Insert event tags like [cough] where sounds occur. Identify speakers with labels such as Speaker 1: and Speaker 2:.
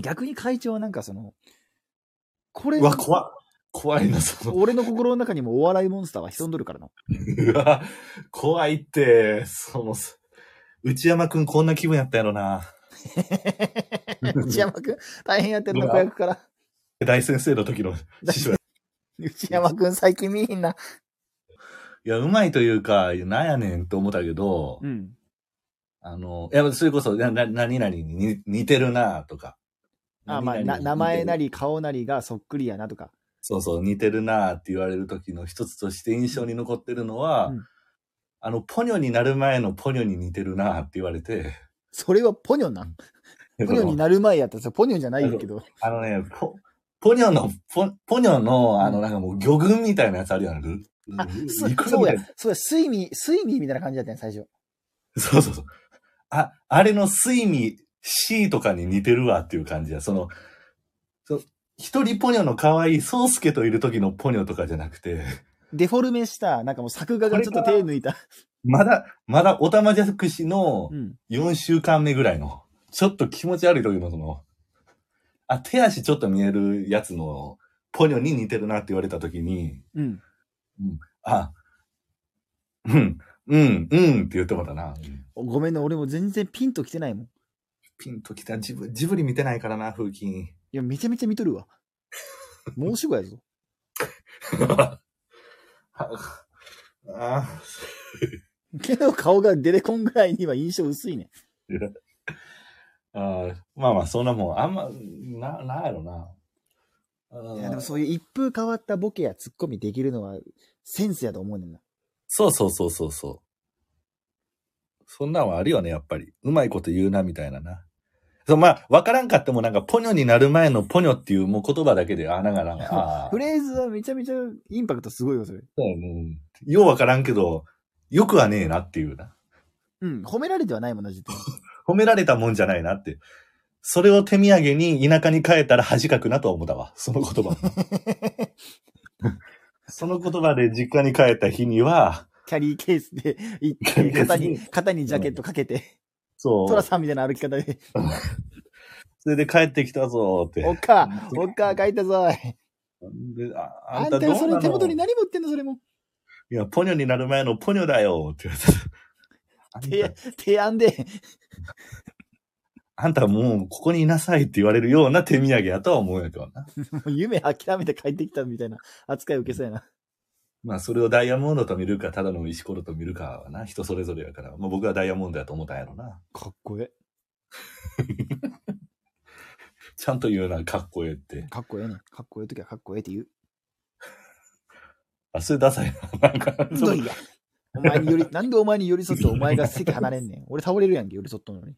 Speaker 1: 逆に会長はなんかその、これ
Speaker 2: う、わ、怖っ。怖いな、その。
Speaker 1: 俺の心の中にもお笑いモンスターは潜んどる [laughs] からな。
Speaker 2: うわ、怖いって、その、内山くんこんな気分やったやろな。
Speaker 1: 内山くん、大変やってんな、子役から。
Speaker 2: 大先生の時の師匠や。
Speaker 1: [laughs] 内山くん、最近見えんな。
Speaker 2: いや、うまいというか、なんやねんって思ったけど、
Speaker 1: うん。
Speaker 2: あの、いや、それこそ、な、な、何々に似似てるなとか。
Speaker 1: あ、まあ、
Speaker 2: 何々に似
Speaker 1: な
Speaker 2: てる
Speaker 1: 名前なり顔なりがそっくりやなとか。
Speaker 2: そうそう、似てるなって言われる時の一つとして印象に残ってるのは、
Speaker 1: うん
Speaker 2: あの、ポニョになる前のポニョに似てるなって言われて、
Speaker 1: それはポニョ [laughs] なん。ポニョになる前やったらさ、ポニョじゃないけど。
Speaker 2: あのね、ポ、ポニョの、ポ、ポニョの、あ
Speaker 1: う
Speaker 2: の、
Speaker 1: ん
Speaker 2: なんかもう魚群みたいなやつあるやん。ル
Speaker 1: あ、そ
Speaker 2: いくら
Speaker 1: そうや
Speaker 2: みたい、
Speaker 1: そうや、スイミー、スイミーみたいな感じだったね、最初。
Speaker 2: なそうそうそう。あ、あれの睡眠、C とかに似てるわっていう感じや。その、そ一人ポニョの可愛いソウスケといる時のポニョとかじゃなくて、
Speaker 1: デフォルメした、なんかもう作画がちょっと手抜いた。
Speaker 2: まだ、まだおたまじゃくしの
Speaker 1: うん。
Speaker 2: 4週間目ぐらいの、ちょっと気持ち悪い時のその、あ、手足ちょっと見えるやつのポニョに似てるなって言われた時に、
Speaker 1: うん。
Speaker 2: あ、うん、うん、うんって言ってもたな。
Speaker 1: ごめんね、俺も全然ピンときてないもん。い
Speaker 2: ピンときた。ジブジブリ見てないからな、風紀。
Speaker 1: や、めちゃめちゃ見と [laughs] るわ。申し子やぞ。
Speaker 2: [laughs] ああ
Speaker 1: けど顔が出てこんぐらいには印象薄いね。
Speaker 2: あまあまあ、そんなもん、あんま、な、なんやろな。あ
Speaker 1: いや、でもそういう一風変わったボケやツッコミできるのはセンスやと思うねんな。
Speaker 2: そうそうそうそうそう。そんなんはあるよね、やっぱり。うまいこと言うな、みたいなな。そう、まあ、わからんかっても、なんか、ポニョになる前のポニョっていうもう言葉だけで、あ、なんか、なんか、あー
Speaker 1: フレーズはめちゃめちゃインパクトすごいよ、それ。
Speaker 2: そうやねようわからんけど、よくはねえなっていうな。
Speaker 1: うん。褒められてはないもんな、実は。
Speaker 2: 褒められたもんじゃないなって。それを手土産に田舎に帰ったら恥かくなとは思ったわ。その言
Speaker 1: [laughs]
Speaker 2: 葉。その言葉で実家に帰った日には、
Speaker 1: [laughs] キャリーケースで行っ
Speaker 2: キャ
Speaker 1: て、
Speaker 2: リーケース
Speaker 1: 肩
Speaker 2: に
Speaker 1: に、肩にジャケットかけて、
Speaker 2: そう。
Speaker 1: トラさんみたいな歩き方で、
Speaker 2: それで帰ってきたぞーって。
Speaker 1: おっか、おっか、書いたぞい。
Speaker 2: でああ
Speaker 1: あ
Speaker 2: ん
Speaker 1: ん
Speaker 2: た
Speaker 1: た
Speaker 2: どうなの
Speaker 1: それ手元に何持ってんの、それも。
Speaker 2: いや、ポニョになる前のポニョだよーって言わ
Speaker 1: [laughs]
Speaker 2: れ
Speaker 1: 提
Speaker 2: た。
Speaker 1: 提案で、
Speaker 2: あんたもうここにいなさいって言われるような手土産やとは思うんやけどな。
Speaker 1: もう夢諦めて帰ってきたみたいな扱い受けそうやな。
Speaker 2: まあ、それをダイヤモンドと見るか、ただの石ころと見るかはな、人それぞれやから、まあ僕はダイヤモンドやと思ったんやろな。
Speaker 1: かっこえ
Speaker 2: ちゃんと言うな、かっこええって
Speaker 1: え。。かっこええね。かっこええときはかっこええって言う。
Speaker 2: あ、それダサいな。なんか、
Speaker 1: ひどいや。お前により、なんでお前に寄り添ってお前が席離れんねん。俺倒れるやんけ、寄り添ったのに。